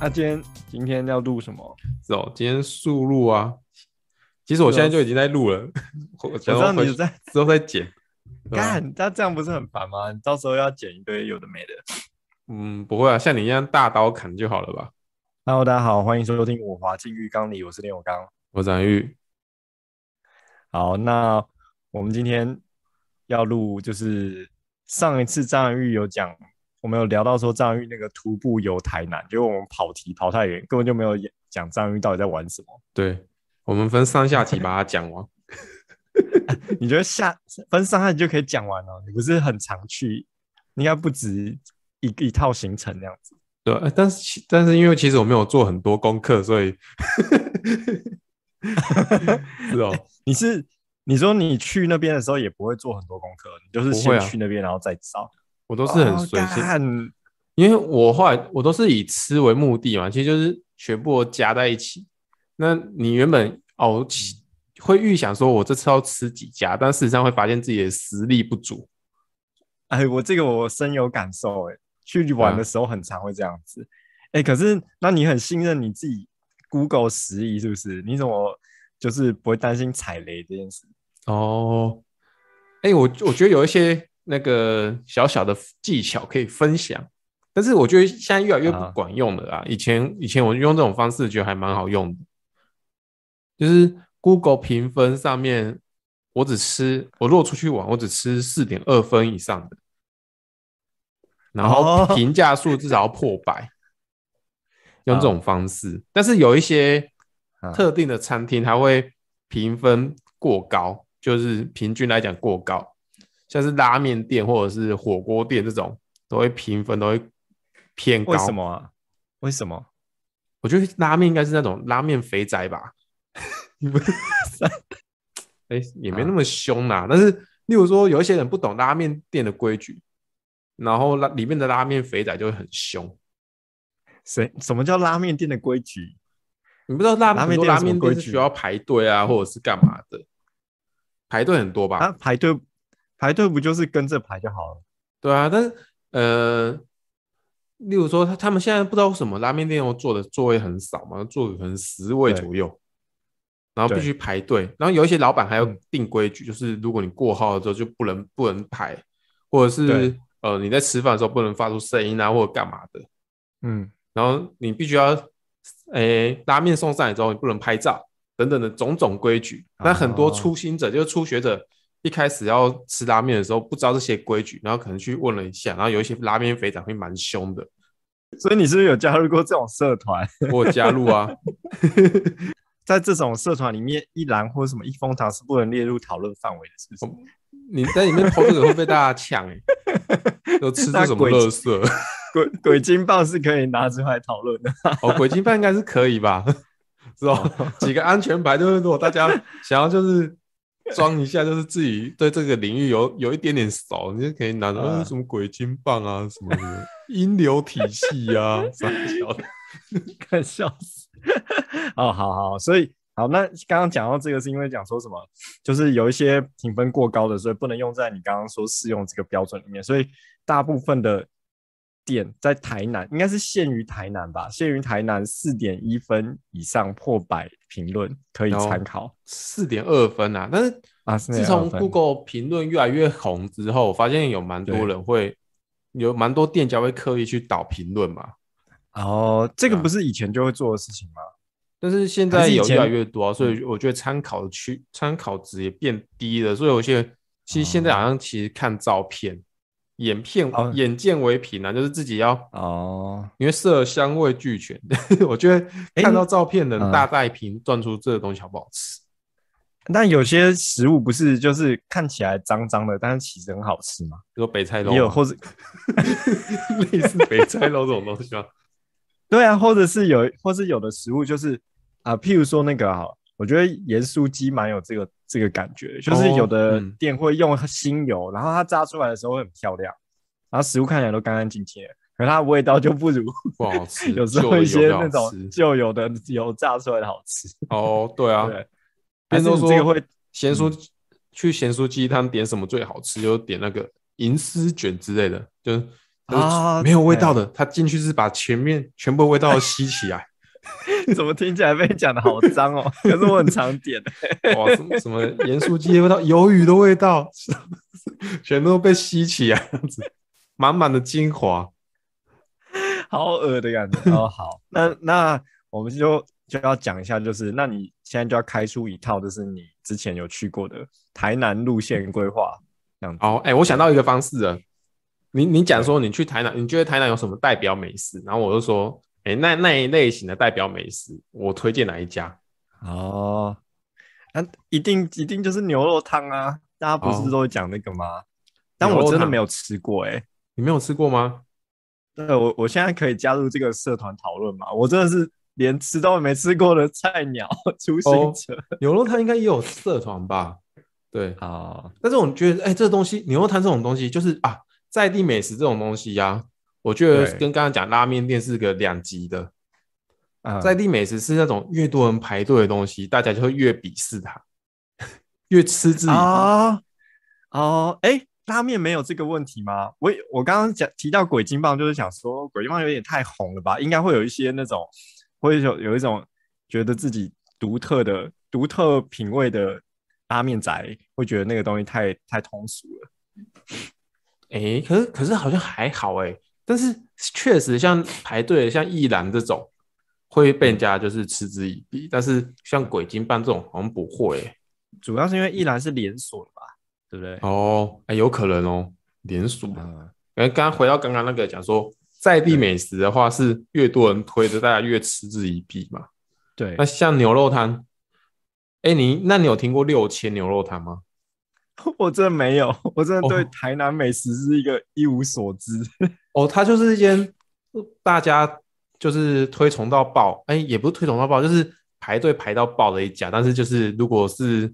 那今天今天要录什么？是哦，今天速录啊。其实我现在就已经在录 了，我我想知要道回你去在之后再剪。对啊干，那这样不是很烦吗？你到时候要剪一堆有的没的。嗯，不会啊，像你一样大刀砍就好了吧？ Hello，大家好，欢迎收听我滑进浴缸里，我是林我刚。我是展玉，好，那我们今天要录，就是上一次张玉有讲，我们有聊到说张玉那个徒步游台南，结果我们跑题跑太远，根本就没有讲张玉到底在玩什么。对我们分上下集把它讲完。 你觉得下分上下集就可以讲完了？你不是很常去，应该不止一一套行程那样子。对啊，但是其但是因为其实我没有做很多功课，所以 是哦，你是你说你去那边的时候也不会做很多功课，你就是不会先啊去那边然后再找，我都是很哦随性，干因为我后来我都是以吃为目的嘛，其实就是全部都加在一起。那你原本哦我起会预想说我这次要吃几家，但事实上会发现自己的实力不足。哎，我这个我深有感受，哎，去啊玩的时候很常会这样子，哎、可是那你很信任你自己 Google 时宜是不是？你怎么就是不会担心踩雷这件事？哦，哎、我我觉得有一些那个小小的技巧可以分享，但是我觉得现在越来越不啊管用了啊。以前以前我用这种方式觉得还蛮好用的，就是 Google 评分上面，我只吃我如果出去玩，我只吃四点二分以上的，然后哦评价数至少要破百，用这嗯种方式。但是有一些啊特定的餐厅，它会评分过高，就是平均来讲过高，像是拉面店或者是火锅店这种，都会评分都会偏高。为什？么啊？为什么？我觉得拉面应该是那种拉面肥宅吧。 你不是？哎、也没那么凶啦、但是，例如说，有一些人不懂拉面店的规矩，然后拉里面的拉面肥仔就会很凶。谁？什么叫拉面店的规矩？你不知道拉拉很面多店有拉什么面规店是矩需要排队啊，或者是干嘛的？排队很多吧？啊，排队排队不就是跟着排就好了？对啊，但是呃，例如说他他们现在不知道为什么拉面店要做的座位很少嘛，座位可能十位对左右，然后必对须排队，然后有一些老板还要嗯定规矩，就是如果你过号了之后就不能不能排，或者是对呃你在吃饭的时候不能发出声音啊或者干嘛的，嗯，然后你必须要诶拉面送上来之后你不能拍照等等的种种规矩，那很多哦初心者就是初学者。一开始要吃拉面的时候不知道这些规矩，然后可能去问了一下，然后有一些拉面肥仔会蛮凶的，所以你是不是有加入过这种社团？我有加入啊， 在这种社团里面，一栏或者什么一封堂是不能列入讨论范围的，是不哦是？你在里面偷这个会被大家抢哎、欸，都吃出什么垃圾？鬼鬼金棒是可以拿出来讨论的。 哦，鬼金饭应该是可以吧？ 是哦吧？ 几个安全牌就是，如果大家想要就是装一下，就是自己对这个领域有有一点点熟，你就可以拿着、嗯呃、什么鬼金棒啊，什么什么阴流体系啊， 啥小的。看笑死。哦，好好，所以好，那刚刚讲到这个是因为讲说什么，就是有一些评分过高的，所以不能用在你刚刚说适用这个标准里面，所以大部分的点在台南，应该是限于台南吧，限于台南四点一分以上破百评论可以哦参考、四点二分啊！但是啊。自自从 Google 评论越来越红之后，我发现有蛮多对人会，有蛮多店家会刻意去导评论嘛。哦，这个啊不是以前就会做的事情吗？但是现还在是以有越来前嗯越多、啊，所以我觉得参考的区参考值也变低了，所以有些其实现在好像其实看照片，眼片哦眼见为凭啊，就是自己要哦，因为色香味俱全， 我觉得看到照片能嗯大概评断出这个东西好不好吃。但有些食物不是就是看起来脏脏的，但是其实很好吃吗？比如说北菜肉也有，吗或者 类似北菜肉这种东西吗？对啊，或者是有，或是有的食物就是啊、譬如说那个哈，我觉得盐酥鸡蛮有这个这个感觉，就是有哦的嗯店会用新油，然后它炸出来的时候会很漂亮，然后食物看起来都干干净净的，可是它的味道就不如不好 吃，有时旧候的一有些料那种吃旧油的油炸出来的好吃。哦，对啊，对，变但是成你说这个会 咸酥、去咸酥鸡摊点什么最好吃，就点那个银丝卷之类的，就是啊没有味道的，他进去是把前面全部味道吸起来，怎么听起来被讲的好脏哦？ 可是我很常点的，哇，什么什么盐酥鸡的味道、鱿鱼的味道， 全都被吸起来，这样子满满的精华。好恶的感觉。哦，好， 那那我们就就要讲一下，就是那你现在就要开出一套，就是你之前有去过的台南路线规划，这样子。哦，哎、我想到一个方式了，你你讲说你去台南，你觉得台南有什么代表美食？然后我就说，哎、那那一类型的代表美食，我推荐哪一家？哦，那、一定一定就是牛肉汤啊！大家不哦是都会讲那个吗？但牛肉我真的汤没有吃过哎、欸。你没有吃过吗？对我，我现在可以加入这个社团讨论嘛？我真的是连吃都没吃过的菜鸟 初哦心者牛肉汤应该也有社团吧？对，啊、但是我觉得，哎、这东西牛肉汤这种东西，就是啊，在地美食这种东西呀、我觉得对跟刚刚讲拉面店是个两极的。嗯在地美食是那种越多人排队的东西，大家就会越鄙视它， 越嗤之以鼻。啊哦，哎、拉面没有这个问题吗？我也我刚刚讲提到鬼金棒，就是想说鬼金棒有点太红了吧，应该会有一些那种，会有有一种觉得自己独特的、独特品味的拉面宅，会觉得那个东西太太通俗了。哎、可是可是好像还好哎、但是确实像排队的像艺兰这种会被人家就是嗤之以鼻，但是像鬼金棒这种好像不会、欸、主要是因为一兰是连锁的吧，对不对？哦，啊哎、有可能哦，连锁。嗯然后刚刚回到刚刚那个讲说，在地美食的话是越多人推着，大家越嗤之以鼻嘛。对那，像牛肉汤，哎、你那你有听过六千牛肉汤吗？ 我真的没有，我真的对哦台南美食是一个一无所知。 哦，它就是一间大家就是推崇到爆，哎、也不是推崇到爆，就是排队排到爆的一家。但是就是如果是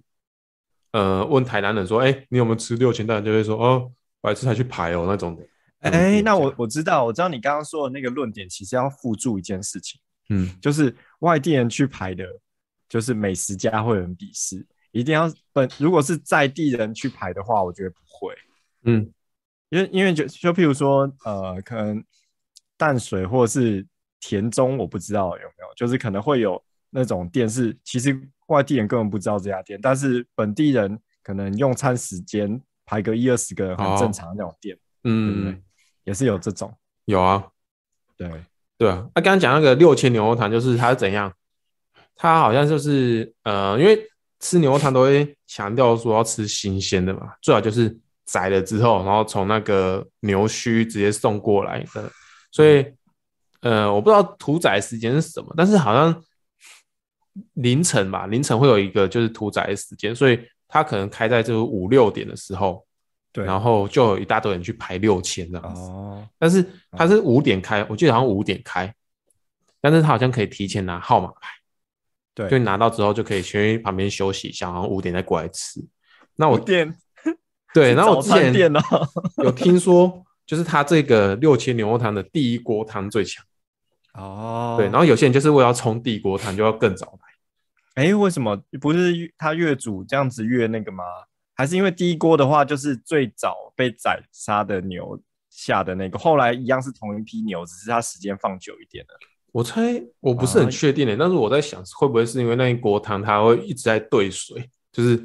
呃问台南人说，哎、你有没有吃六千？大家就会说，哦，白痴才去排哦那种的。哎、嗯那我我知道，我知道你刚刚说的那个论点，其实要附注一件事情，嗯，就是外地人去排的，就是美食家会很鄙视，一定要本如果是在地人去排的话，我觉得不会，嗯，因为因为就就譬如说，呃，可能淡水或是田中，我不知道有没有，就是可能会有那种店是其实外地人根本不知道这家店，但是本地人可能用餐时间排个一二十个人很正常的那种店，对不哦嗯，对？也是有这种，有啊，对。对啊，那刚刚讲那个六千牛肉汤，就是它是怎样？它好像就是呃，因为吃牛肉汤都会强调说要吃新鲜的嘛，最好就是宰了之后，然后从那个牛须直接送过来的。所以呃，我不知道屠宰时间是什么，但是好像凌晨吧，凌晨会有一个就是屠宰的时间，所以它可能开在就是五六点的时候，对，然后就有一大堆人去排六千这样子。哦，但是它是五点开，我记得好像五点开，但是它好像可以提前拿号码哎牌，对，就拿到之后就可以先去旁边休息一下，然后五点再过来吃。那我我店对，是然后我早之餐前店哦 有听说，就是它这个六千牛肉汤的第一锅汤最强，哦对，然后有些人就是为了要冲第一锅汤就要更早来，哎，为什么不是越他越煮这样子越那个吗？还是因为第一锅的话就是最早被宰杀的牛下的那个，后来一样是同一批牛，只是它时间放久一点了。我猜我不是很啊确定的、欸但是我在想会不会是因为那一锅汤它会一直在兑水，就是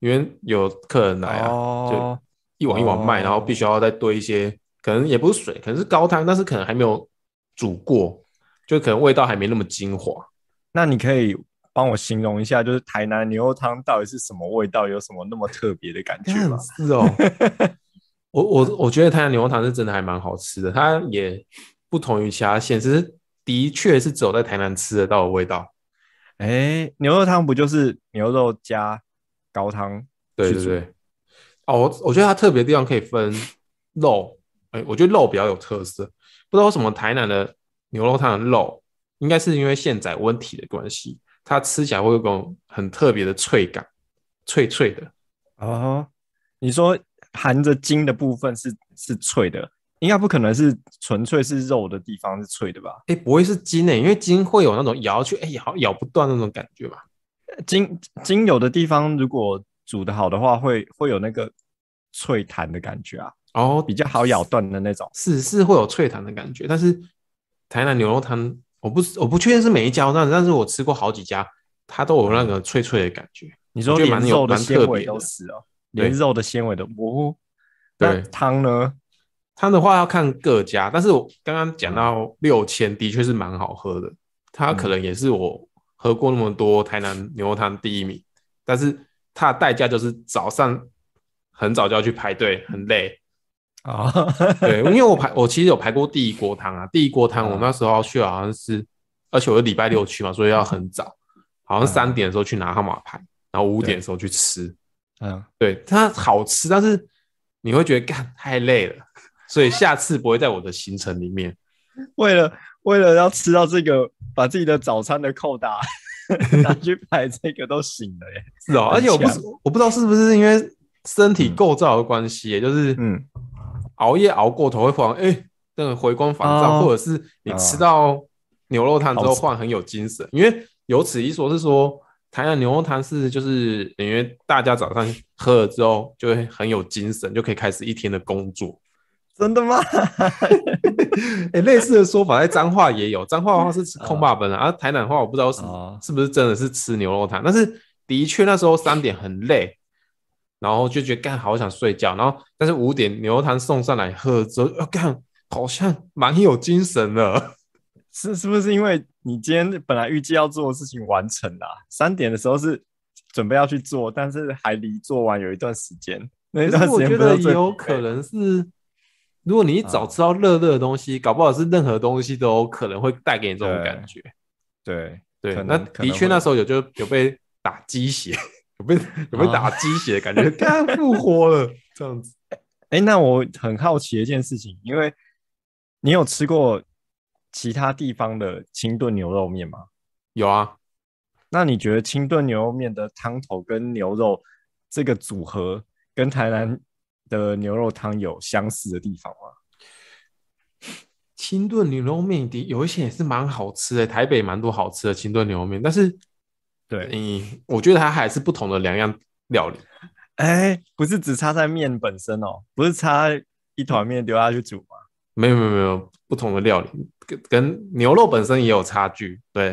因为有客人来啊，哦，一碗一碗卖，哦然后必须要再兑一些，可能也不是水，可能是高汤，但是可能还没有煮过，就可能味道还没那么精华。那你可以帮我形容一下，就是台南牛肉汤到底是什么味道，有什么那么特别的感觉吗？是哦， 我我我觉得台南牛肉汤是真的还蛮好吃的，它也不同于其他县，只是的确是只有在台南吃得到的味道。哎，牛肉汤不就是牛肉加高汤？对去对煮对，哦，我我觉得它特别的地方可以分肉，哎、我觉得肉比较有特色，不知道为什么台南的牛肉汤的肉，应该是因为现宰温体的关系，它吃起来会有一种很特别的脆感，脆脆的。哦，你说含着筋的部分是是脆的，应该不可能是纯粹是肉的地方是脆的吧？哎、不会是筋诶、因为筋会有那种咬下去，哎、咬咬不断那种感觉嘛。呃筋筋有的地方如果煮的好的话，会会有那个脆弹的感觉啊。哦，比较好咬断的那种。是是会有脆弹的感觉，但是台南牛肉汤，我不我不确定是每一家，但但是我吃过好几家，它都有那个脆脆的感觉。你说我觉得连蛮有肉的蛮纤特维别都的是哦，对连肉的纤维都哦。那对汤呢？汤的话要看各家，但是我刚刚讲嗯到六千的确是蛮好喝的，它可能也是我喝过那么多台南牛肉汤第一名，但是它的代价就是早上很早就要去排队，很累。啊，对，因为我排我其实有排过第一锅汤啊，第一锅汤我嗯那时候去好像是，而且我是礼拜六去嘛，所以要很早，好像嗯三点的时候去拿号码牌，然后五对点的时候去吃。嗯，对，它好吃，但是你会觉得干太累了，所以下次不会在我的行程里面。为了为了要吃到这个，把自己的早餐的扣打 拿去排这个都行了耶。是哦，很而且我不强是我不知道是不是因为身体构造的关系，就是嗯，熬夜熬过头会忽然哎那个回光返照，哦或者是你吃到牛肉汤之后好吃忽然很有精神，因为有此一说是说台南牛肉汤是就是因为大家早上喝了之后就会很有精神，就可以开始一天的工作。真的吗？哎、类似的说法在彰化也有，彰化的话是吃空霸本啊，啊台南的话我不知道是、嗯哦是不是真的是吃牛肉汤，但是的确那时候三点很累，然后就觉得干好想睡觉，然后但是五点牛肉汤送上来喝了之后，呃、干好像蛮有精神的，是是不是因为你今天本来预计要做的事情完成了、三点的时候是准备要去做，但是还离做完有一段时间， 那一可段是时我间觉不是得最也有疲惫可能是。如果你一早啊吃到热热的东西，搞不好是任何东西都可能会带给你这种对感觉。对，对可，那能可的能确会那时候有就有被打鸡血，有被有被啊打鸡血，感觉干复活了这样子。哎，那我很好奇一件事情，因为你有吃过其他地方的清炖牛肉面吗？有啊，那你觉得清炖牛肉面的汤头跟牛肉这个组合，跟台南的牛肉汤有相似的地方吗？清炖牛肉面的有一些也是蛮好吃的，台北蛮多好吃的清炖牛肉面，但是对，嗯，我觉得它还是不同的两样料理。哎，不是只差在面本身哦，不是差一团面丢下去煮吗？没有没有没有不同的料理，跟跟牛肉本身也有差距。对，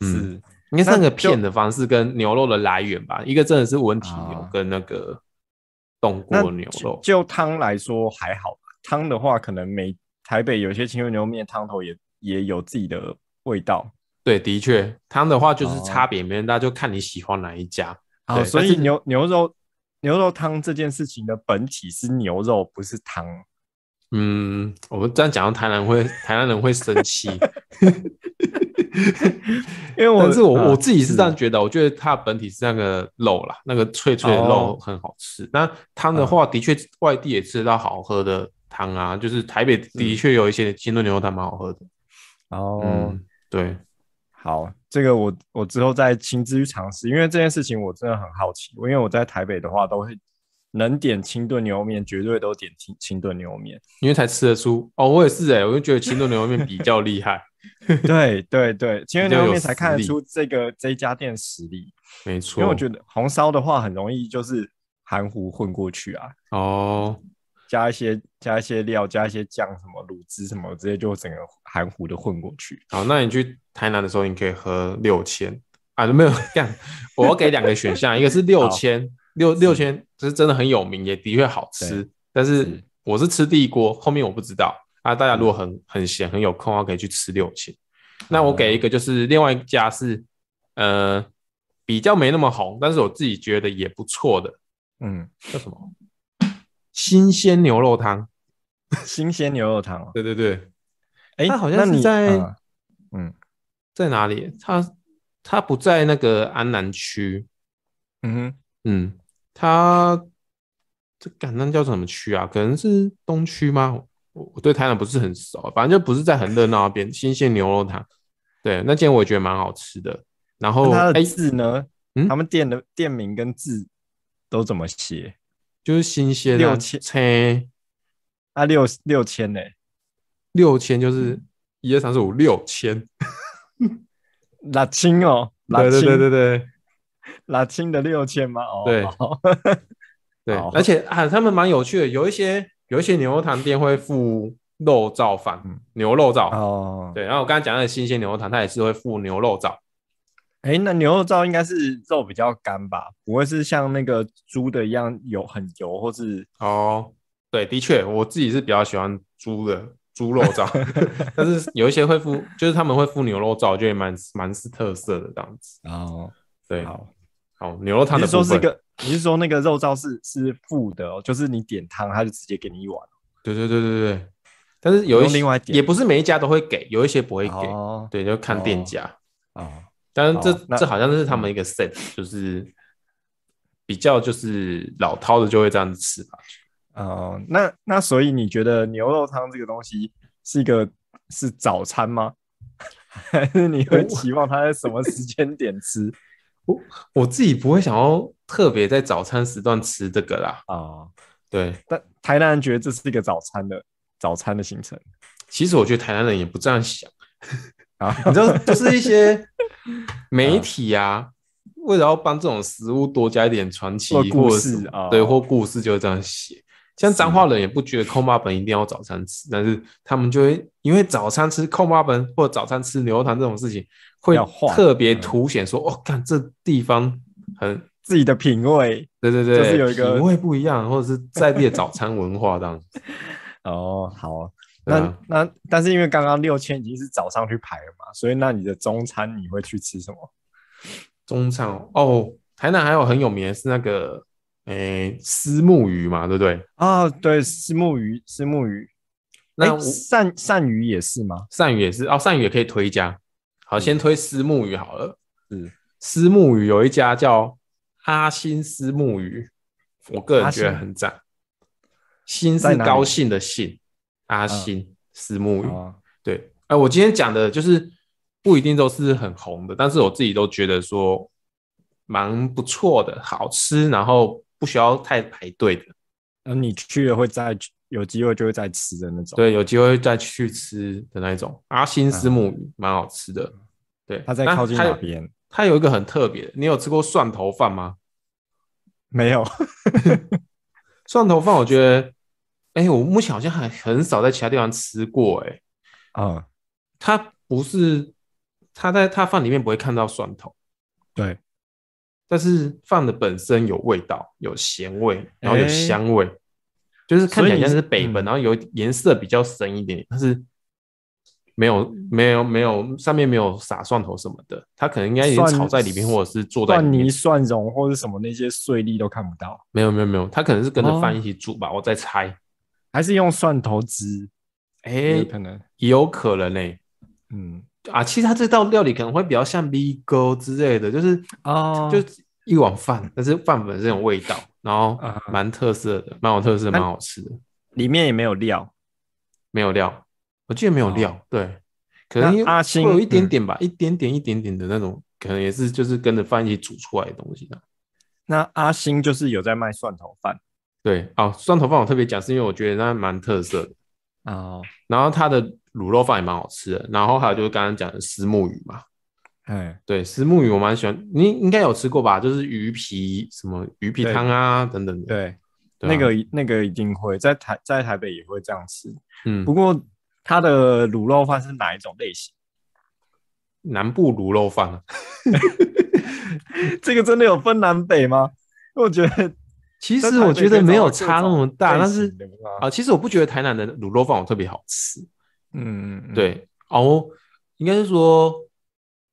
嗯是，应该是那那个就片的方式跟牛肉的来源吧，一个真的是温体牛啊跟那个冻那过牛就肉。就汤来说还好吧，汤的话可能每台北有些清炖牛肉面汤头也也有自己的味道。对，的确，汤的话就是哦差别没那么大，就看你喜欢哪一家。啊，对所但以是牛牛肉牛肉汤这件事情的本体是牛肉，不是汤。嗯，我们这样讲，台南会台南人会生 气，因为我但是我、啊我自己是这样觉得，我觉得它本体是那个肉啦，那个脆脆的肉哦嗯很好吃。那汤的话，的确外地也吃得到好喝的汤啊，就是台北的确有一些清炖牛肉汤蛮好喝的。嗯哦、嗯，对，好，这个我我之后再亲自去尝试，因为这件事情我真的很好奇，因为我在台北的话都会能点清炖牛肉面，绝对都点清清炖牛肉面。因为才吃得出哦，我也是哎、我就觉得清炖牛肉面比较厉害， 对对对，清炖比较牛有肉面才实看得力出这个这一家店实力，没 错。因为我觉得红烧的话很容易就是含糊混过去啊。哦，加一些加一些料，加一些酱什么卤汁什么，直接就整个含糊的混过去。好，那你去台南的时候，你可以喝六千啊，没有干，我要给两个选项，一个是六千，六六千，这是真的很有名，也的确好吃对，但是是嗯我是吃第一锅，后面我不知道啊。大家如果很很闲很有空的话，可以去吃六千。那我哦给一个就是另外一家是，呃，比较没那么红，但是我自己觉得也不错的，嗯，叫什么？新鲜牛肉汤。新鲜牛肉 汤哦，对对对，哎、它好像那是你在嗯嗯在哪里？它它不在那个安南区。嗯哼嗯，它这感那叫什么区啊？可能是东区吗？我我对台南不是很熟，啊反正就不是在很热闹那边。新鲜牛肉汤，对，那间我也觉得蛮好吃的。然后，那它哎、的字呢？嗯他们店的店名跟字都怎么写？就是新鲜啊六千切啊，六六千呢、六千就是一二三四五六千，拉青哦，拉对青对对对对 拉青的六千吗？哦，对好对好，而且啊，他们蛮有趣的，有一些有一些牛肉汤店会附肉燥饭，嗯牛肉燥。哦，对，然后我刚才讲的新鲜牛肉汤，它也是会附牛肉燥。哎，那牛肉燥应该是肉比较干吧，不会是像那个猪的一样油很油，或是哦，对，的确，我自己是比较喜欢猪的猪肉 燥，但是有一些会附，就是他们会附牛肉燥，就也蛮蛮是特色的这样子。哦，对，好，好，牛肉汤你的是说部是分，个，你是说那个肉燥是是附的哦，就是你点汤，他就直接给你一碗，对对对对对，但是有不一用些另外点也不是每一家都会给，有一些不会给，哦对，就看店哦家。哦，但是这、好那嗯这好像是他们一个 set，就是比较就是老饕的就会这样子吃吧。哦，那那所以你觉得牛肉汤这个东西是一个是早餐吗？ 还是你会期望它在什么时间点 吃？我自己不会想要特别在早餐时段吃这个啦。哦，对，但台南人觉得这是一个早餐的早餐的行程其实我觉得台南人也不这样想，啊，你知道，就是一些 媒体啊，为了要帮这种食物多加一点传奇做或故者事是啊，对或故事，就会这样写。像是彰化人也不觉得扣妈本一定要早餐吃，但是他们就会因为早餐吃扣妈本或者早餐吃牛肉汤这种事情，会要画特别嗯凸显说，哦，看这地方很 自己的品味对对对，就是有一个品味不一样，或者是在地的早餐文化这样子。哦，好。对那、啊那，但是因为刚刚六千已经是早上去排了嘛，所以那你的中餐你会去吃什么？中餐哦哦，台南还有很有名的是那个诶丝木鱼嘛，对不对？啊，对，石目鱼，石目鱼，那诶我鳝鳝鱼也是吗？鳝鱼也是哦，鳝鱼也可以推一家。好，嗯先推丝木鱼好了。是丝木鱼有一家叫阿新丝木鱼，我个人阿觉新得很赞。新在是哪里高兴的兴，阿新丝木鱼。啊，对，哎、我今天讲的就是不一定都是很红的，但是我自己都觉得说蛮不错的，好吃，然后不需要太排队的。那你去了会再有机会就会再吃的那种。，对，有机会再去吃的那一种阿新丝木鱼，蛮好吃的。对，嗯它在那靠近还有哪边？它有一个很特别的，你有吃过蒜头饭吗？没有，蒜头饭，我觉得，哎、我目前好像还很少在其他地方吃过、哎，嗯， 它不是，它在它饭里面不会看到蒜头，对，但是饭的本身有味道，有咸味，然后有哎香味，就是所看以起来你像是是北本，嗯然后有颜色比较深一点点，但是没有没有没有上面没有撒蒜头什么的，它可能应该已经蒜炒在里面，或者是做在里蒜面泥、，蒜蓉或者什么那些碎粒都看不到，没有没有没有，它可能是跟着哦饭一起煮吧，我在猜，还是用蒜头汁，哎、也有可能，也有可能呢、欸嗯，啊，其实它这道料理可能会比较像米糕之类的，就是哦就一碗饭，但是饭本身有味道，然后啊蛮特色的，蛮有特色，那蛮好吃的，里面也没有料，没有料，我记得没有哦料，对，可能那有阿会星有一点嗯点吧，一点点一点点的那种，可能也是就是跟着饭一起煮出来的东西啊。那阿星就是有在卖蒜头饭对，哦，蒜头饭我特别讲，是因为我觉得那蛮特色的，哦，然后它的卤肉饭也蛮好吃的，然后还有就是刚刚讲的石目鱼嘛，哎，对，石目鱼我蛮喜欢，你应该有吃过吧？就是鱼皮什么鱼皮对汤啊等等的。对，对啊那个那个一定会在台在台北也会这样吃，嗯不，过它的卤肉饭是哪一种类型？ 南部卤肉饭啊，这个真的有分南北吗？我觉得其在实台我北觉可得以没找有到各差那种么大，类但是型的啊、吧其实我不觉得台南的卤肉饭我特别好吃。嗯嗯嗯对，哦，应该是说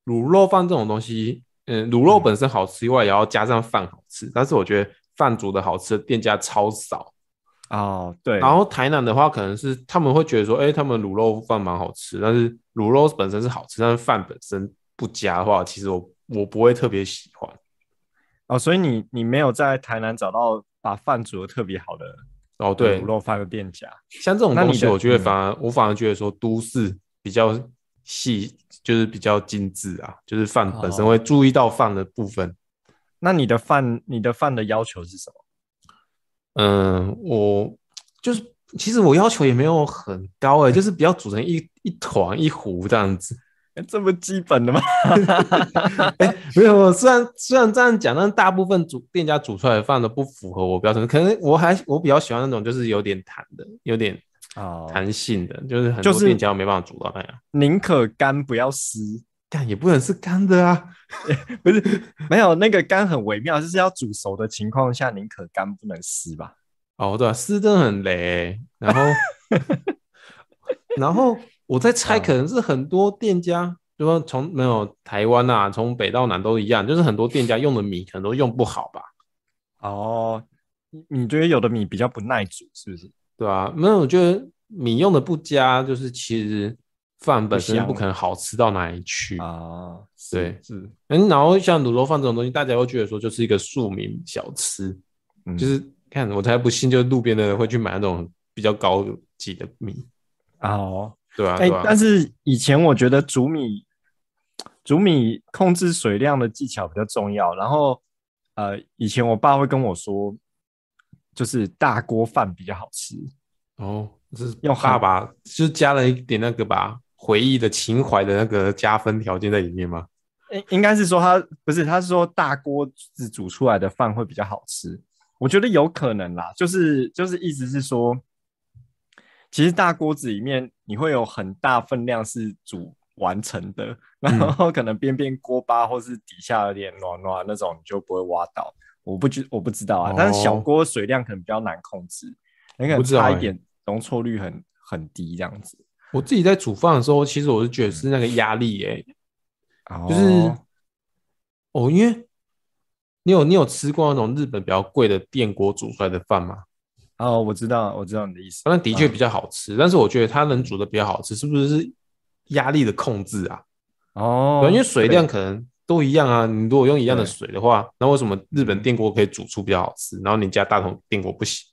卤肉饭这种东西，嗯，卤肉嗯本身好吃以外，也要加上饭好吃。但是我觉得饭煮的好吃的店家超少。哦对，然后台南的话，可能是他们会觉得说，哎、他们卤肉饭蛮好吃，但是卤肉本身是好吃，但是饭本身不加的话，其实我我不会特别喜欢。哦，所以你你没有在台南找到把饭煮的特别好的哦，对，卤肉饭的店家像这种那东你西，的我觉得嗯反而、我反而觉得说都市比较细，就是比较精致啊，就是饭本身哦会注意到饭的部分。那你的饭你的饭的要求是什么？嗯，我就是欸其实我要求也没有很高诶、就是不要煮成一一团一糊这样子， 这不基本的吗？没有，虽然虽然这样讲，但大部分煮店家煮出来的饭都不符合我标准。可能我还我比较喜欢那种就是有点弹的，有点哦，弹性的，就是很就多是店家没办法煮到那样。宁可干不要湿，干也不能是干的啊，不是 没有那个干很微妙，就是要煮熟的情况下，宁可干不能湿吧？哦，对啊，是真的很雷欸、然后，然后我在猜，嗯可能是很多店家，就说从没有台湾啊，从北到南都一样，就是很多店家用的米可能都用不好吧，哦，你你觉得有的米比较不耐煮，是不是？对啊，没有，我觉得米用的不佳，就是其实饭本身香不可能好吃到哪里去。啊，是对是，嗯，然后像卤肉饭这种东西，大家会觉得说就是一个庶民小吃，嗯就是看我才不信，就是路边的人会去买那种比较高级的米，哦，对啊，哎、对啊，但是以前我觉得煮米，煮米控制水量的技巧比较重要。然后，呃，以前我爸会跟我说，就是大锅饭比较好吃。哦，这是用爸很爸，就是加了一点那个吧，回忆的情怀的那个加分条件在里面吗？应应该是说他不是，他是说大锅子煮出来的饭会比较好吃。我觉得有可能啦，就是就是意思是说，其实大锅子里面你会有很大分量是煮完成的，嗯然后可能边边锅巴或是底下有点软软那种，你就不会挖到。我不知我不知道啊，哦但是小锅水量可能比较难控制，你可我能不知道差欸一点容错率很很低这样子。我自己在煮饭的时候，其实我是觉得是那个压力耶、就是哦哦，因为你有你有吃过那种日本比较贵的电锅煮出来的饭吗？哦，我知道我知道你的意思。那的确比较好吃，但是我觉得它能煮的比较好吃，是不是是压力的控制啊？哦对，因为水对量可能都一样啊。你如果用一样的对水的话，那为什么日本嗯电锅可以煮出比较好吃，然后你家大桶电锅不行，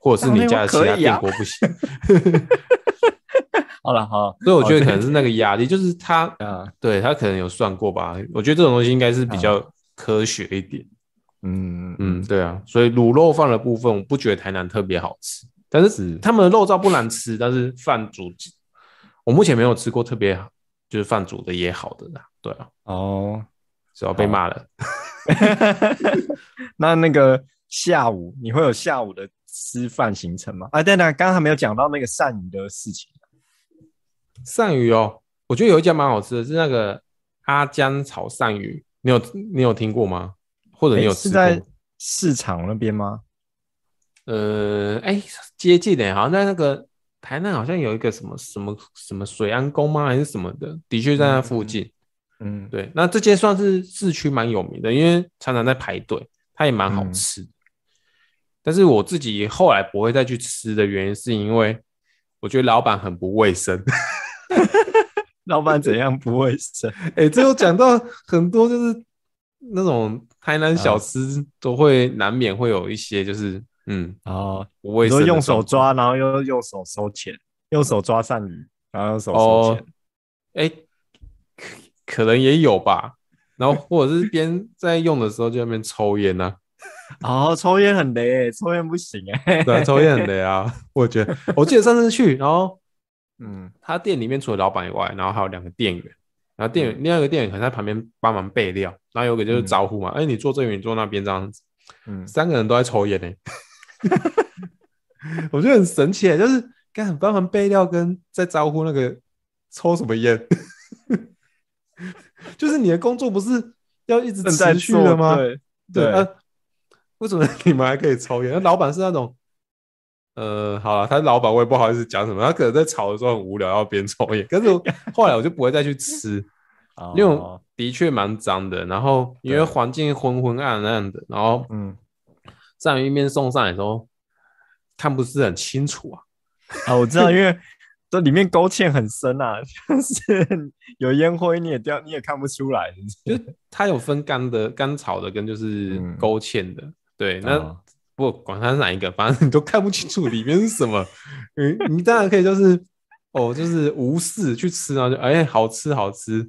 或者是大你桶家电锅的其可他以啊电锅不行？好了，好了，所以我觉得哦可能是那个 压力，就是他啊，对他可能有算过吧。我觉得这种东西应该是比较科学一点。嗯嗯，对啊，所以卤肉饭的部分，我不觉得台南特别好吃，但是是他们的肉燥不难吃，但是饭煮，我目前没有吃过特别好，就是饭煮的也好的啦。对啊，哦， 只要被骂了。那那个下午你会有下午的吃饭行程吗？啊，对了，刚刚还没有讲到那个鳝鱼的事情鳝鱼哦，我觉得有一家蛮好吃的，是那个阿江炒鳝鱼，你有你有听过吗？或者你诶有是吃过？在市场那边吗？呃，哎，接近的，好像在那个台南，好像有一个什么什么什么水安宫吗？还是什么的？的确在那附近。嗯，对，那这间算是市区蛮有名的，因为常常在排队，它也蛮好嗯吃。但是我自己后来不会再去吃的原因，是因为我觉得老板很不卫生。老板怎样不卫生？ 哎、这又讲到很多就是那种台南小啊吃都会难免会有一些就是嗯哦，不你卫生说的用手状况抓，然后又用手收钱，用手抓鳝鱼，然后用手收哦钱。，哎、可可能也有吧。然后或者是边在用的时候就在那边抽烟啊 呐、哦，抽烟很雷欸，抽烟不行哎。对啊，抽烟很累啊。我觉得，我记得上次去，然后嗯，他店里面除了老板以外，然后还有两个店员，然后店员、另外一个店员可能在旁边帮忙备料，然后有一个就是嗯招呼嘛，哎、你坐这边，你坐那边这样子。嗯三个人都在抽烟呢、我觉得很神奇、欸，就是干帮忙备料跟在招呼那个抽什么烟，就是你的工作不是要一直正在持续了做吗？对对，对呃，为什么你们还可以抽烟？那老板是那种，呃，好了，他是老板我也不好意思讲什么，他可能在吵的时候很无聊，要边抽烟。可是我后来我就不会再去吃，哦因为我的确蛮脏的，然后因为对环境昏昏暗暗的，然后嗯，鳝鱼面送上来的时候看不是很清楚啊。 啊，我知道，因为这里面勾芡很深啊， 就是有烟灰你也掉，你也看不出来。是不是它有分干的、干炒的跟就是嗯勾芡的，对，那、哦不管它是哪一个，反正你都看不清楚里面是什么。 嗯，你当然可以就是哦，就是无视去吃，然后就哎好吃好吃，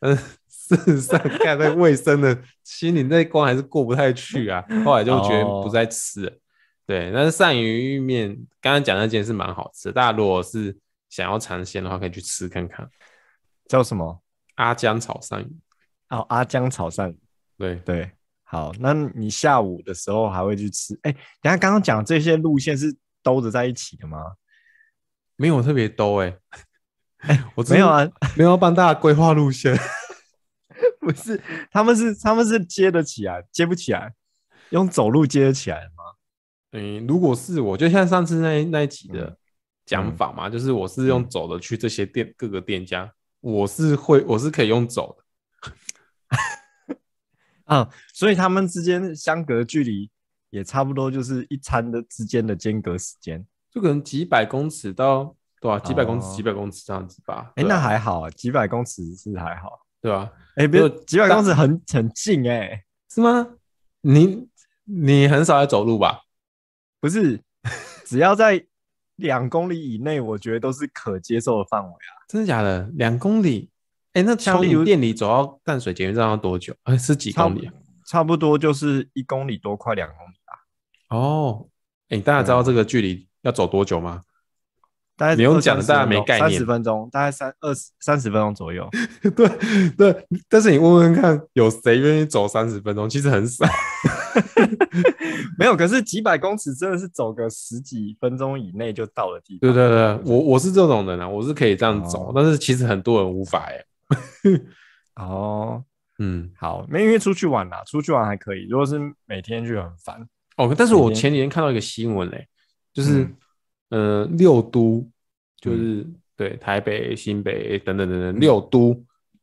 嗯，事实上看那个卫生的心里那关还是过不太去啊。后来就觉得不哦再吃了。对，但是鳝鱼意面刚刚讲那件是蛮好吃的，大家如果是想要尝鲜的话，可以去吃看看。叫什么？阿江炒鳝鱼，哦，阿江炒鳝，对，对，好，那你下午的时候还会去吃？哎，等一下刚刚讲这些路线是兜着在一起的吗？没有特别多哎、哎，我真没有的啊， 没有要帮大家规划路 线，不是，他们是他们是接得起来，接不起来，用走路接得起来吗？嗯，如果是我就像上次那一那一集的嗯讲法嘛，就是我是用嗯走的去这些店各个店家，我是会我是可以用走的，啊，所以他们之间相隔距离也差不多，就是一餐的之间的间隔时间。就可能几百公尺到对吧、几百公尺、哦几百公尺这样子吧。哎、对啊那还好啊，几百公尺是还好。对吧、哎、别就几百大公尺很很近哎、是吗？你你很少在走路吧？不是，只要在两公里以内，我觉得都是可接受的范围啊。真的假的？两公里？哎、那像从例如你店里走到淡水捷运站要多久？哎、是几差公不里啊、差不多就是一公里多，快两公里啊，哦，哎、大家知对道啊这个距离要走多久吗？大概你用讲大家没概三念十分钟，大概三二十三十分钟左 右。对 对，但是你问问看，有谁愿意走三十分钟？其实很少。 没有，可是几百公尺真的是走个十几分钟以内就到的地方。对对对，我我是这种人啊，我是可以这样走，哦但是其实很多人无法哎、哦，嗯，好，没因为出去玩啦，出去玩还可以。如果是每天去很烦。哦，但是我每天前几天看到一个新闻哎、就是、嗯呃六都，就是、对台北、新北等等等等六都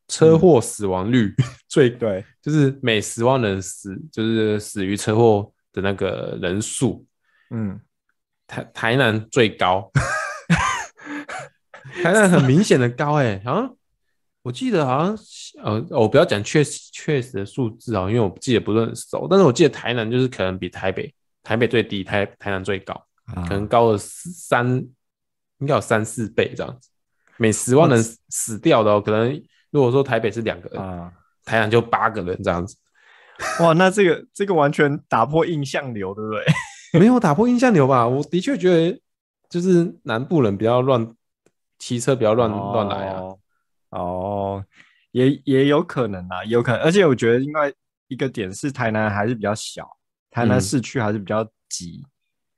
车祸死亡率最高，对，就是每十万人死就是死于车祸的那个人数，嗯，台台南最高， 台南很明显的高哎、好像我记得好像呃，我不要讲确实确实的数字啊，因为我记得不是很熟，但是我记得台南就是可能比台北台北最低，台台南最高，啊可能高了三应该有三四倍这样子，每十万人死掉的哦，可能如果说台北是两个人，啊，台南就八个人这样子， 哇，那这个这个完全打破印象流，对不对？ 没有打破印象流吧？我的确觉得，就是南部人不要乱骑车，不要 乱乱来啊。哦。哦，也也有可能啊，也有可能。而且我觉得另外一个点是，台南还是比较小，台南嗯市区还是比较挤。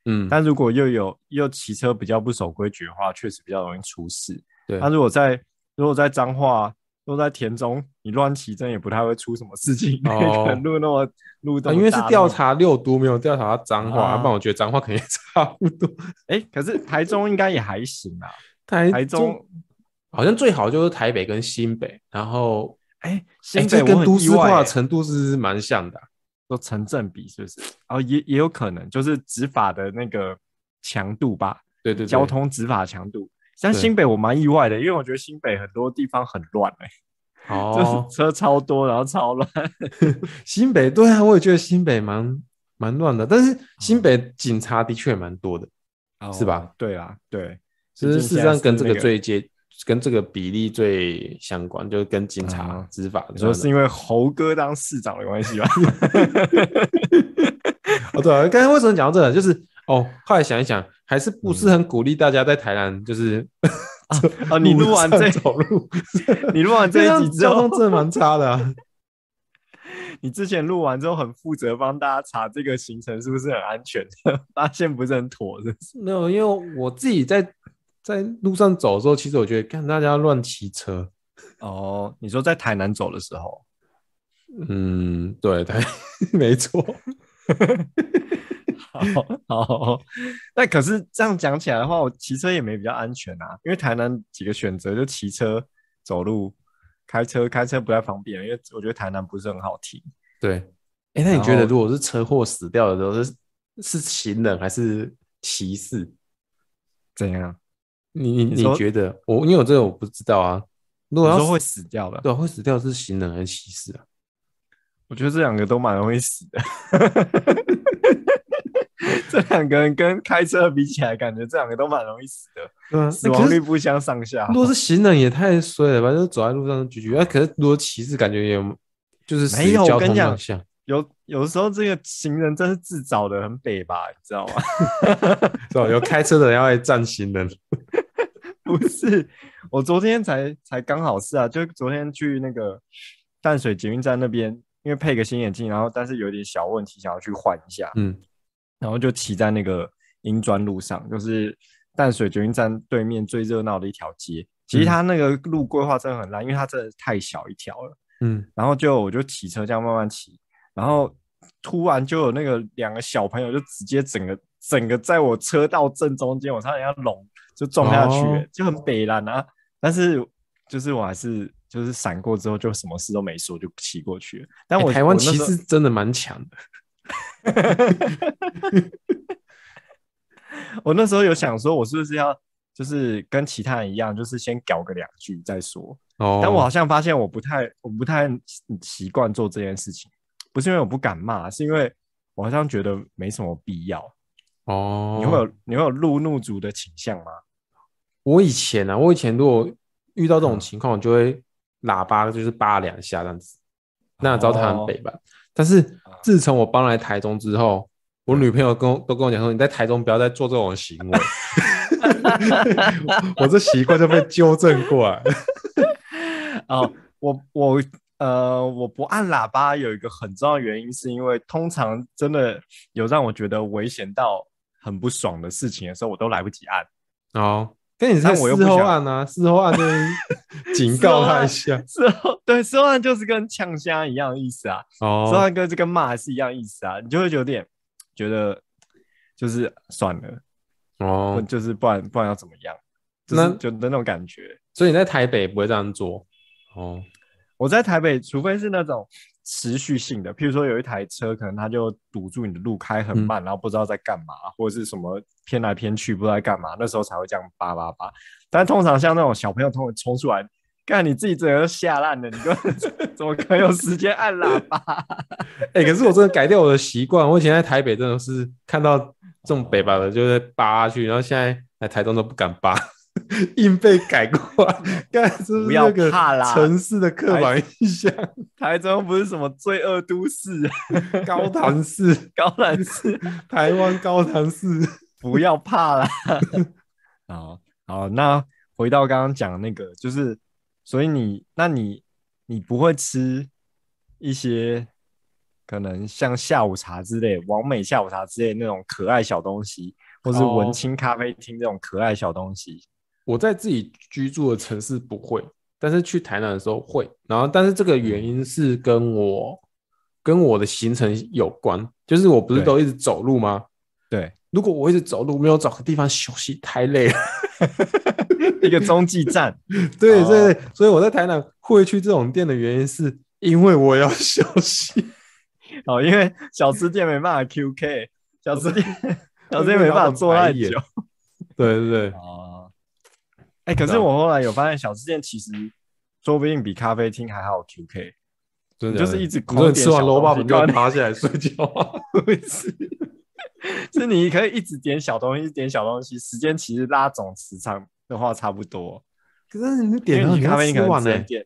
嗯，但如果又有又骑车比较不守规矩的话，确实比较容易出事。对那如果在如果在彰化，如果在田中，你乱骑真的也不太会出什么事情。因为可能路那么路哦啊都、因为是调，查六都，没有调查到彰化，啊不然我觉得彰化肯定差不 多。哎、可是台中应该也还行啊。台台中，好像最好就是台北跟新北，然后哎、哎新北这我跟很都意市化外的欸程度是蛮像的啊、说成正比是不是？哦，也也有可能，就是执法的那个强度吧，对对对，交通执法强度。像对新北我蛮意外的，因为我觉得新北很多地方很乱、欸，哦 就是，车超多，然后超乱。新北对啊，我也觉得新北蛮蛮乱的，哦但是新北警察的确蛮多的。 是吧？对啊，对，就是毕事竟实现在上跟这那个最接、跟这个比例最相关，就是跟警察啊执法你这说样的。是因为猴哥当市长的关系 吧？哦，对啊，刚才为什么讲到这个？就是哦，后来想一想，还是不嗯是很鼓励大家在台南就是啊，你录完这路，上走路， 你录完这这一样集之交后通，真的蛮差 的、啊。你之前录完之后很负责帮大家查这个行程是不是很安全， 发现不是很妥，是不是？没有，因为我自己在在路上走的时候，其实我觉得看大家乱骑车，哦，你说在台南走的时候，嗯，对 对，没错。 好，好，那可是这样讲起来的话，我骑车也没比较安全啊，因为台南几个选择就骑车、走路、开车，开车不太方便，因为我觉得台南不是很好停。对，哎、那然你觉得后如果是车祸死掉的时候，是是行人还是骑士？怎样？你你你你说觉得我因为我这个我不知道啊。你如果要说会死死掉的？对啊、会死掉是行人还是骑士啊？我觉得这两个都蛮容易死的。 这两个人跟开车比起来，感觉这两个都蛮容易死的，对啊，死可亡是率不相上下如。果是行人也太衰了吧，就走在路上就拒绝。啊，可是如果骑士感觉也就是死没于有我交跟通你讲乱象，有有时候这个行人真是自找的，很北吧，你知道吗？是吧？有开车的人要来占行人， 不是，我昨天才才刚好是啊，就昨天去那个淡水捷运站那边，因为配个新眼镜，然后但是有点小问题，想要去换一下，嗯，然后就骑在那个英专路上，就是淡水捷运站对面最热闹的一条街。其实它那个路规划真的很烂，因为它真的太小一条了。嗯，然后就我就骑车这样慢慢骑，然后突然就有那个两个小朋友就直接整个整个在我车道正中间，我差点要拢就撞下去、哦就很北然啊。但是就是我还是就是闪过之后就什么事都没说，就骑过去了。但欸我、台湾我那骑时候士真的蛮强的，我那时候有想说，我是不是要就是跟其他人一样，就是先搞个两句再说。哦，但我好像发现我不太，我不太习惯做这件事情，不是因为我不敢骂，是因为我好像觉得没什么必要。哦，你会有你会有路怒族的倾向吗？我以前啊，我以前如果遇到这种嗯情况，我就会喇叭就是叭两下这样子，那招他很哦啊北吧。但是自从我搬来台中之后，我女朋友跟我都跟我讲说，你在台中不要再做这种行为。 我这习惯就被纠正过来。 哦， 我我呃，我不按喇叭有一个很重要的原因，是因为通常真的有让我觉得危险到很不爽的事情的时候，我都来不及按。哦，跟你在但我又不事后想按啊，事后按就是 警告他一下。之后对，之后按就是跟呛虾一样的意思啊，之后哦，按跟这跟骂是一样的意思啊，你就会有点觉得就是算了，不哦，就是不然不然要怎么样，就是那就那种感觉。所以你在台北不会这样做。哦，我在台北，除非是那种持续性的，譬如说有一台车，可能它就堵住你的路，开嗯很慢，然后不知道在干嘛，或者是什么偏来偏去，不知道在干嘛，那时候才会这样叭叭叭。但通常像那种小朋友，通常冲出来，干你自己整个都吓烂了，你根本 怎么可能有时间按喇叭？ 哎、可是我真的改掉我的习惯。我以前在台北真的是看到这种北吧的，就会扒下去，然后现在来台东都不敢扒， 硬被改 过来。干，这是不要那个怕啦城市的刻板印象，台中不是什么罪恶都市， 高潭市，高兰市，台湾高潭市。不要怕啦。 好好，那回到刚刚讲的那个，就是，所以你，那你，你不会吃一些可能像下午茶之类、完美下午茶之类那种可爱小东西，或是哦文青咖啡厅这种可爱小东西。我在自己居住的城市不会，但是去台南的时候会。然后，但是这个原因是跟我跟我的行程有关，就是我不是对都一直走路吗？ 对，如果我一直走路，没有找个地方休息，太累了。一个中继站。 对哦对，所以我在台南会去这种店的原因，是因为我要 休息，哦，因为小吃店没办法 QK，小吃店小吃店会被没老办法板做 太白眼久。对对对，哦，哎、可是知道我后来有发现，小吃店其实说不定比咖啡厅还好 QK，真你的就假是的一直你说狂啊你吃点完小萝卜东西你就 干爬起来睡觉啊，不 是？是你可以一直点小东西，一直点小东西，时间其实拉总时长的话差不多。可是你因点了为你咖啡你厅可要能吃完只呢、能点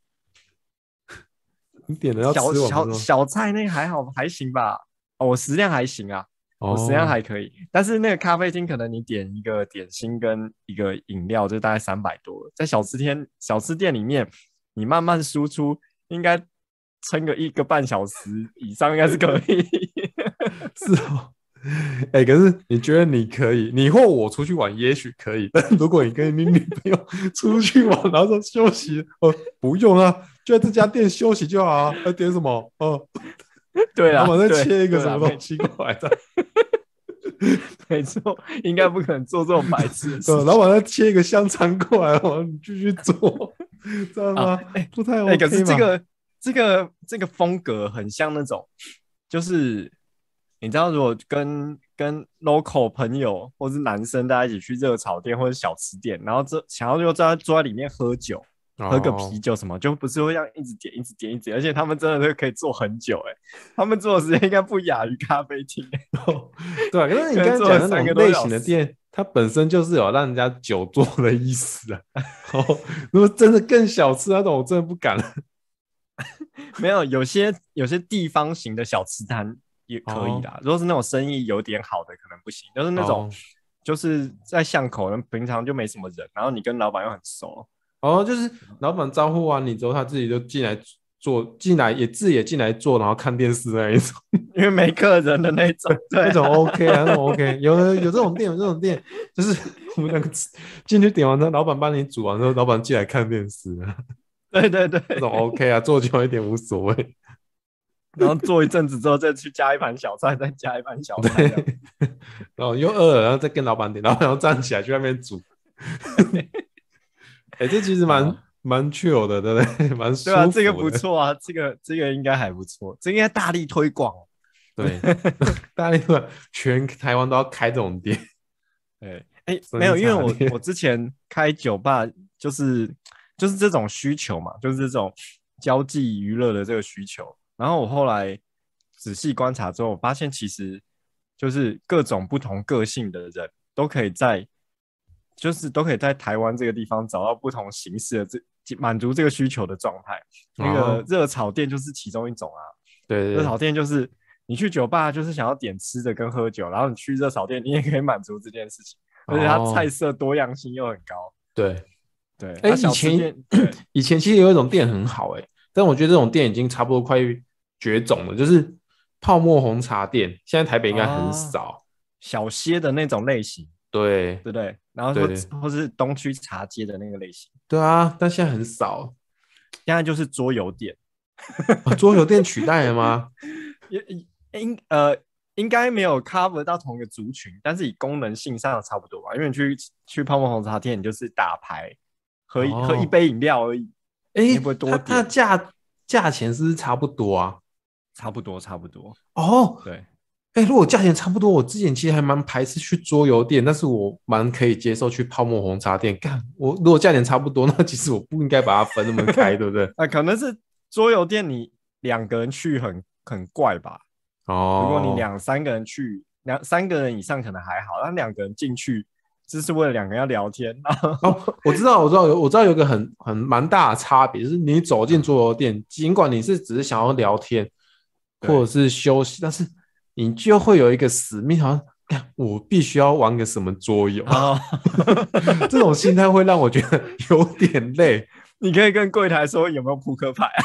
你点了要吃小完不小是吗小菜那个还好还行吧，哦，我食量还行啊，我食量哦还可以。但是那个咖啡厅可能你点一个点心跟一个饮料就大概三百多了，在小吃店小吃店里面，你慢慢输出应该撑个一个半小时以上应该是可以。 是哦。哎、可是你觉得你可以，你或我出去玩也许可以， 但如果你跟你女朋 友出去玩，然后说休息，哦，不用啊，就在这家店休息就好啊。要点什么？哦，对然啊，后再对切一个对什啦么东西过来的。没没错，应该不可能做这种白痴的事 对，。老板再切一个香肠过来， 我们继续做，知道吗啊？哎不太 OK 哎、可是这嘛个这个这个风格很像那种，就是你知道，如果跟跟 local 朋友或是男生大家一起去热炒店或者小吃店，然后这想要就在坐在里面喝酒，喝个啤哦酒什么，就不是会让一直点一直点一直点，而且他们真的都可以坐很久、哎，他们坐的时间应该不亚于咖啡厅、 哎对啊，可是你刚才做了讲那三种个多类小型的时店，它本身就是有让人家久坐的意思啊。 哦，如果真的更小吃那种，我真的不敢了。没有，有些有些地方哦型的小吃摊也可以啦。如果是那种生意有点好的，可能不行，就是那种哦就是在巷口，然后平常就没什么人，然后你跟老板又很熟，哦，就是老板招呼完你之后，他自己就进来坐，进来也自己也进来坐，然后看电视那一种，因为没客人的那种，对 那种 OK 啊，那种 OK，有的有这种店，有这种店，就是我们两个吃进去点完之后，老板帮你煮完之后，老板进来看电视啊，对对对，那种 OK 啊，坐久一点无所谓。然后做一阵子之后再去加一盘小菜，再加一盘小菜这样， 然后又饿了，然后再跟老板点，老板要站起来去外面煮。哎、这其实蛮好蛮 chill 的，对不对？ 蛮舒对服的啊，这个不，错啊，这个这个应该还不错，这应该大力推广哦。对，大家说全台湾都要开这种 店，对，哎、所以没有，因为才我练我之前开酒吧，就是就是这种需求嘛，就是这种交际娱乐的这个需求。然后我后来仔细观察之后，我发现其实就是各种不同个性的人都可以在，就是都可以在台湾这个地方找到不同形式的这满足这个需求的状态。那个哦热炒店就是其中一种啊。对热对炒对，店就是你去酒吧就是想要点吃的跟喝酒，然后你去热炒店你也可以满足这件事情，而且它哦菜色多样性又很高。对。对，哎、那以小吃前店对以前其实有一种店很好、哎，但我觉得这种店已经差不多快绝种了，就是泡沫红茶店，现在台北应该很哦少。小歇的那种类型，对对不对？然后或对或是东区茶街的那个类型，对啊，但现在很少。现在就是桌游店，啊桌球店取代了吗？也也应呃。应该没有 cover 到同一个族群，但是以功能性上差不多吧。因为你去去泡沫红茶店，你就是打牌，喝一、喝一哦杯饮料而已，哎、你会不会多它它点价价钱是不是差不多啊？差不多差不多。哦，对，哎、如果价钱差不多，我之前其实还蛮排斥去桌游店，但是我蛮可以接受去泡沫红茶店。干，我如果价钱差不多，那其实我不应该把它分那么 开，对不对？啊、可能是桌游店你两个人去很很怪吧。哦，如果你两三个人去，两三个人以上可能还好，但两个人进去就是为了两个人要聊天，然后哦，我知道，我知道，有我知道有一个很很蛮大的差别，就是你走进桌游店，尽管你是只是想要聊天或对者是休息，但是你就会有一个使命，好像干我必须要玩个什么桌 游，哦 这种心态会让我觉得有点累。 你可以跟柜台说有没有扑克牌啊？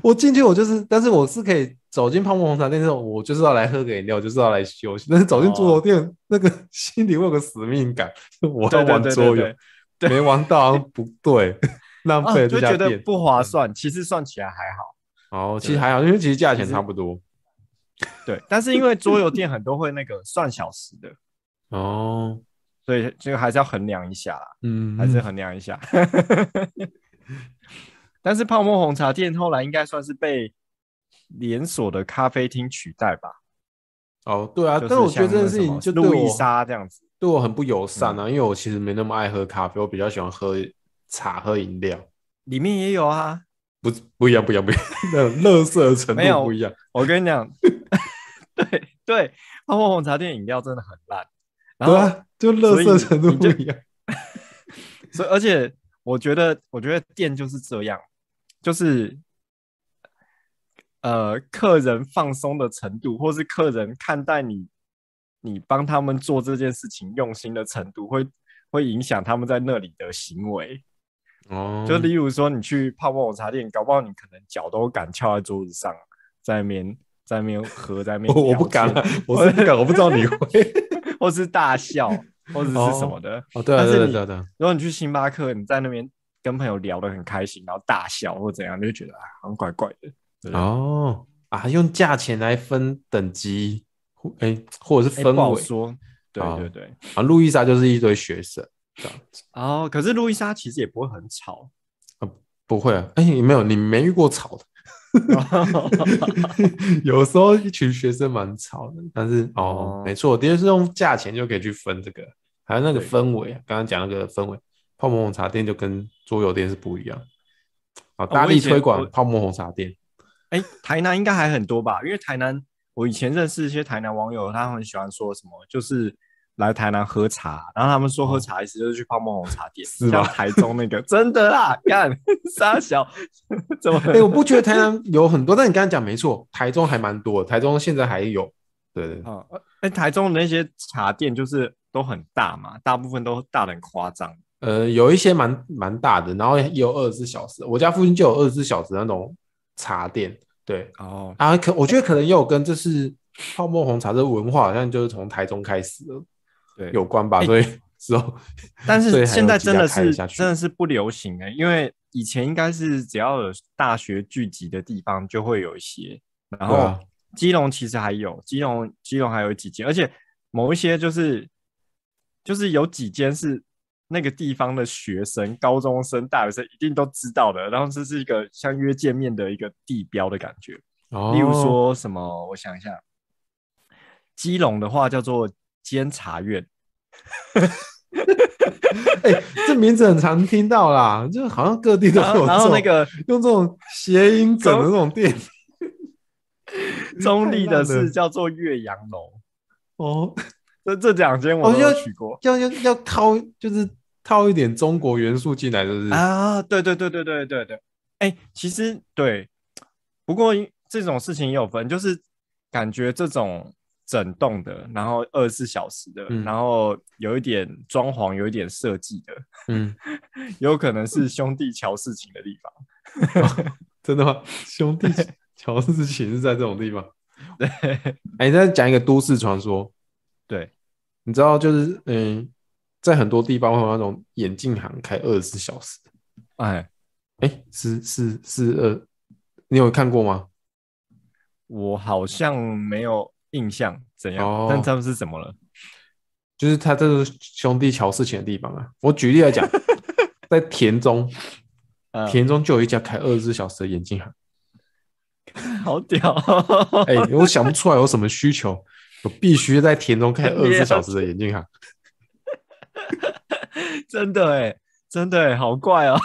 我进去我就是，但是我是可以走进泡沫红茶店之后，我就是要来喝个饮料，我就是要来休息。但是走哦进桌游店，那个心里会有个使命感，我要对对玩对桌游，对对，对没玩到好像不对，浪啊费了就这家觉得店。嗯不划算。其实算起来还好，哦，其实还好，因为其实价钱差不多。对。但是因为桌游店很多会那个算小时的，哦，所以这个还是要衡量一下啦。嗯，还是衡量一下。 但是泡沫红茶店后来应该算是被连锁的咖啡厅取代吧？哦，对啊。就但是我觉得这件事情像那就什么对路易我莎这样子。嗯对我很不友善啊，因为我其实没那么爱喝咖啡，我比较喜欢喝茶、喝饮料。里面也有啊，不不一样，不一样，不一样， 那种乐色程没有度不一样。我跟你 讲，对对，泡沫红茶店饮料真的很烂，然对后、啊，就乐色程度不所以一样。所以而且我觉得，我觉得店就是这样，就是呃，客人放松的程度，或是客人看待你你帮他们做这件事情用心的程度，会会影响他们在那里的行为。哦就例如说，你去泡沫红茶店，搞不好你可能脚都敢翘在桌子上，在那边在那边喝，在那边我我不聊天敢啊，我是不敢，我不知道你会。 或是大笑，或者是什么的。哦，对啊，但是对啊你对啊对啊，如果你去星巴克，你在那边跟朋友聊得很开心，然后大笑或怎样，你就觉得啊，好像怪怪的。对哦哎啊，用价钱来分等级，或哎，或者是哎不氛好围说，对好对对。啊。路易莎就是一堆学生，哦，可是路易莎其实也不会很 吵。不会啊，哎，你没有，你没遇过吵的。 有时候一群学生蛮吵的，但是哦哦，没错，的确是用价钱就可以去分这个，还有那个对氛围啊，刚刚讲那个氛围，泡沫红茶店就跟桌游店是不一样。啊，哦我大力以前推广我泡沫红茶 店。哎、台南应该还很多吧？因为台南，我以前认识一些台南网友，他们很喜欢说什么，就是来台南喝茶，然后他们说喝茶意思就是去泡沫红茶 店，是吧像台中那个真的啦，干傻小， 怎么哎、我不觉得台南有很多，但你刚刚讲没错，台中还蛮多的，台中现在还有，对对，啊，哎、台中的那些茶店就是都很大嘛，大部分都大的很夸张。呃，有一些蛮蛮大的，然后也有二十四小时，我家附近就有二十四小时那种茶店，对哦，啊，可我觉得可能也有跟这是泡沫红茶这文化好像就是从台中开始的对，有关吧，哎所以之后 但所以是还现有在几真家的开是下去真的是不流行哎、因为以前应该是只要有大学聚集的地方就会有一些，然对后啊基隆其实还有，基隆基隆还有几间，而且某一些就是就是有几间是那个地方的学生、高中生、大学生一定都知道的，然后这是一个相约见面的一个地标的感觉。例如哦说什么，我想一下，基隆的话叫做监察院， 哎、这名字很常听到啦，就好像各地都然有后然后那这种 个用这种谐音梗的那 种店中立的太烂是了叫做岳阳楼，哦，这这两间我哦都就有去过要要要套就是套一点中国元素进来，就是、啊，对对对对对对对，哎，其实对，不过这种事情也有分，就是感觉这种整栋的，然后二十四小时的，嗯然后有一点装潢，有一点设计的，嗯，有可能是兄弟瞧事情的地方。真的吗？兄弟乔治琴是在这种地方。对，哎、再讲一个都市传说，对，你知道就是嗯，在很多地方会有那种眼镜行开二十四小时，哎，哎、是是是呃，你有看过吗？我好像没有印象怎样，哦但他们是怎么了？ 就是他这是兄弟乔事情的地方啊。我举例来讲，在田中，呃田中就有一家开二十四小时的眼镜行。好屌！ 哎、我想不出来有什么需求，我必须在田中开二十四小时的眼镜行。真的哎、真的哎、好怪哦、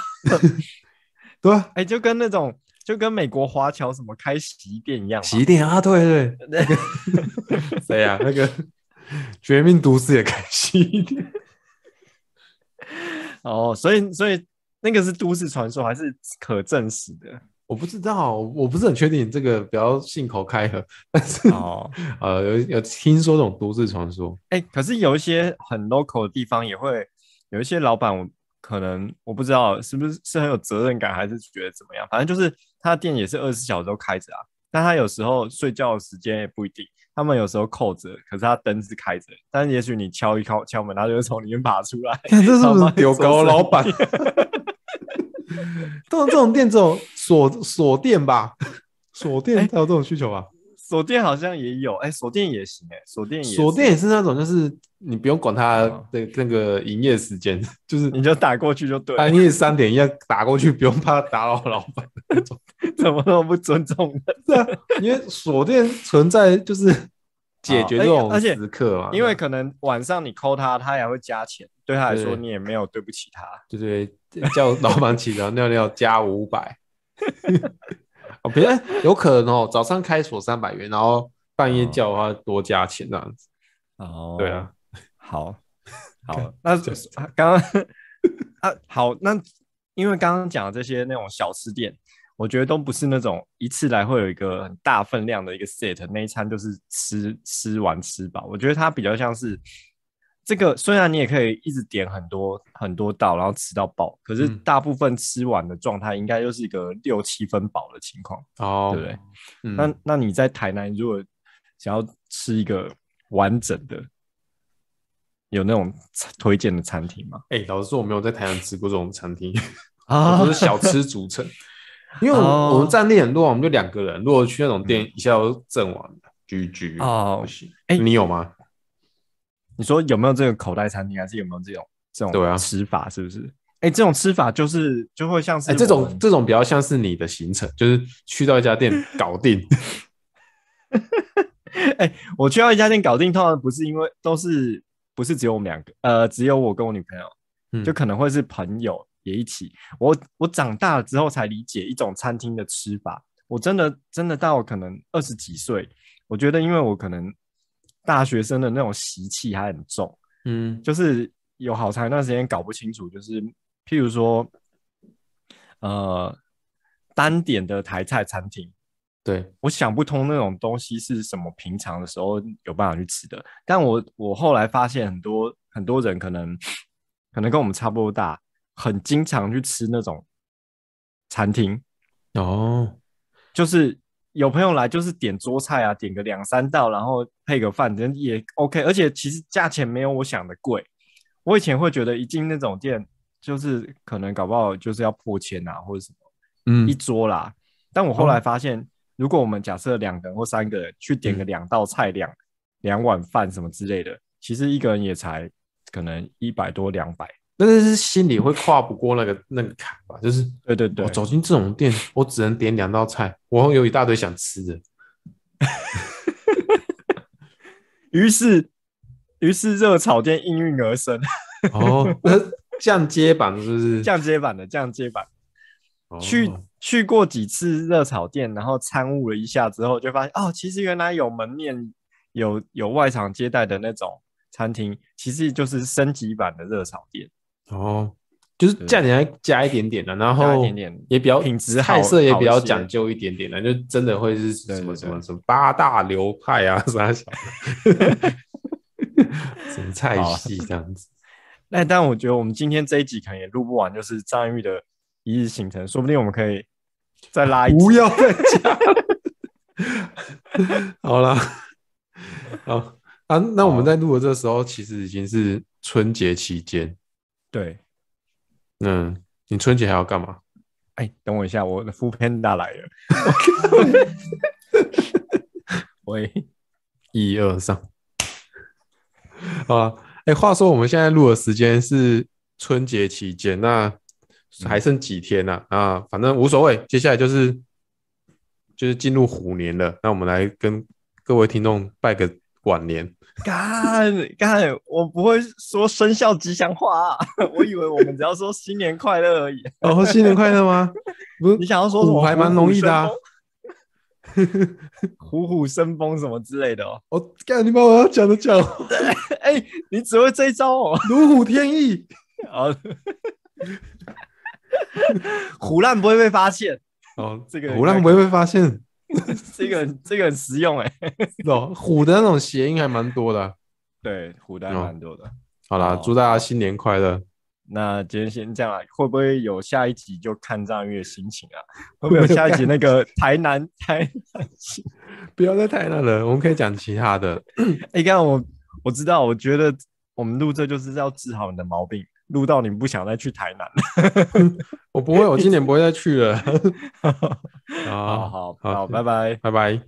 对啊，哎、就跟那种就跟美国华侨什么开洗衣店一样嘛，洗衣店啊，对对那个谁呀、啊？那个 《绝命毒师》也开洗衣店， 哦，所以所以那个是都市传说还是可证实的？我不知道，我不是很确定这个不要信口开河，但是、哦，呃，有有听说这种都市传说，哎、可是有一些很 local 的地方也会有一些老板，我可能我不知道是不是是很有责任感，还是觉得怎么样，反正就是他的店也是二十四小时都开着啊，但他有时候睡觉的时间也不一定。他们有时候扣着，可是他灯是开着，但是也许你敲一敲敲门，他就会从里面爬出来。 看 这是好不吧是丢高老 板？做这种这种店只有锁锁店吧，锁哎店才有这种需求吧？锁店好像也有，哎、锁店也行、哎，锁店也是锁店也是那种，就是你不用管它嗯的那个营业时间，就是你就打过去就对了半，夜三点要打过去，不用怕打扰老 板。怎么那么不尊 重人？对啊，因为锁店存在就是解决这哦种而且时刻嘛，因为可能晚上你扣他，他也会加钱，对他来说对你也没有对不起他。对对，叫老板起床尿尿加五百。 哦，别人有可能哦，早上开锁三百元，然后半夜叫的话多加钱这样子。哦对啊，，好，好，那啊刚刚啊，好，那因为刚刚讲的这些那种小吃店，我觉得都不是那种一次来会有一个很大分量的一个 set，那一餐就是吃吃完吃饱。我觉得它比较像是这个，虽然你也可以一直点很多很多道，然后吃到饱，可是嗯大部分吃完的状态应该就是一个六七分饱的情况。哦，对不对嗯，那那你在台南如果想要吃一个完整的，有那种餐推荐的餐厅吗？哎、老实说，我没有在台南吃过这种餐 厅，我都是小吃组成。因为我们哦嗯我们战力很弱，我们就两个人，如果去那种店，一下就阵亡了，居居哦不，行。哎你有吗？你说有没有这个口袋餐厅，还是有没有这种这种对啊吃法？是不是？哎、这种吃法就是就会像是哎、这我种们这种比较像是你的行程，就是去到一家店搞定。我去到一家店搞定，通常不是因为都是不是只有我们两个，呃，只有我跟我女朋友，嗯就可能会是朋友也一起。我我长大了之后才理解一种餐厅的吃法。我真的真的到可能二十几岁，我觉得因为我可能大学生的那种习气还很重，嗯，就是有好长一段时间搞不清楚，就是譬如说，呃，单点的台菜餐厅，对，我想不通那种东西是什么平常的时候有办法去吃的。但我我后来发现很多很多人可能可能跟我们差不多大，很经常去吃那种餐厅，哦，就是有朋友来就是点桌菜啊，点个两三道，然后配个饭，真也 OK。而且其实价钱没有我想的贵。我以前会觉得一进那种店，就是可能搞不好就是要破千啊，或者什么。嗯哦一，桌啦。但我后来发现，如果我们假设两个人或三个人去点个嗯两道菜、两两碗饭什么之类的，其实一个人也才可能一百多、两百。但是是心里会跨不过那个那个坎吧，就是对对对我，走进这种店，我只能点两道菜，我有一大堆想吃的，于是于是热炒店应运而生， 哦， 那降阶版是不是？降阶版的降阶版。哦去去过几次热炒店，然后参悟了一下之后，就发现哦，其实原来有门面、有有外场接待的那种餐厅，其实就是升级版的热炒店，哦，就是价钱还加一点点的，然加一后点点也比较品质好菜色也比较好一些讲究一点点的，就真的会是对什么对什么对什么八大流派啊 啥小的，什么菜好啊系这样子。那但我觉得我们今天这一集可能也录不完，就是张玉的一日行程，说不定我们可以再拉一集。不要再讲。好啦，好啊，那我们在录的这时候，其实已经是春节期间。 对，嗯，你春节还要干嘛？哎、等我一下，我的 f o o Panda 来了。喂，一二三，好啊，哎、话说我们现在录的时间是春节期间，那还剩几天呢、啊？啊，反正无所谓，接下来就是就是进入虎年了，那我们来跟各位听众拜个晚年。干干，我不会说生肖吉祥话、啊，我以为我们只要说新年快乐而已。哦，新年快乐 吗？不是你想要说什么？虎还蛮容易的啊虎虎生风，虎虎生风什么之类的哦。我干、你把我要讲的讲完，哎、你只会这一招哦。如虎添翼。好， 胡乱不会被发现，哦，这个虎浪不会被发现。 这个这个很实用哎、哦，虎的那种谐音还蛮多的啊。对，虎的还蛮多的。好啦，哦祝大家新年快乐。那今天先这样啊，会不会有下一集就看张月心情啊？会不会有下一集那个台南台哎南行？不要再太那了，我们可以讲其他的。哎、刚刚我我知道，我觉得我们录这就是要治好你的毛病，录到你不想再去台南了。我不会，我今年不会再去了。好好，好好好，拜拜。拜拜。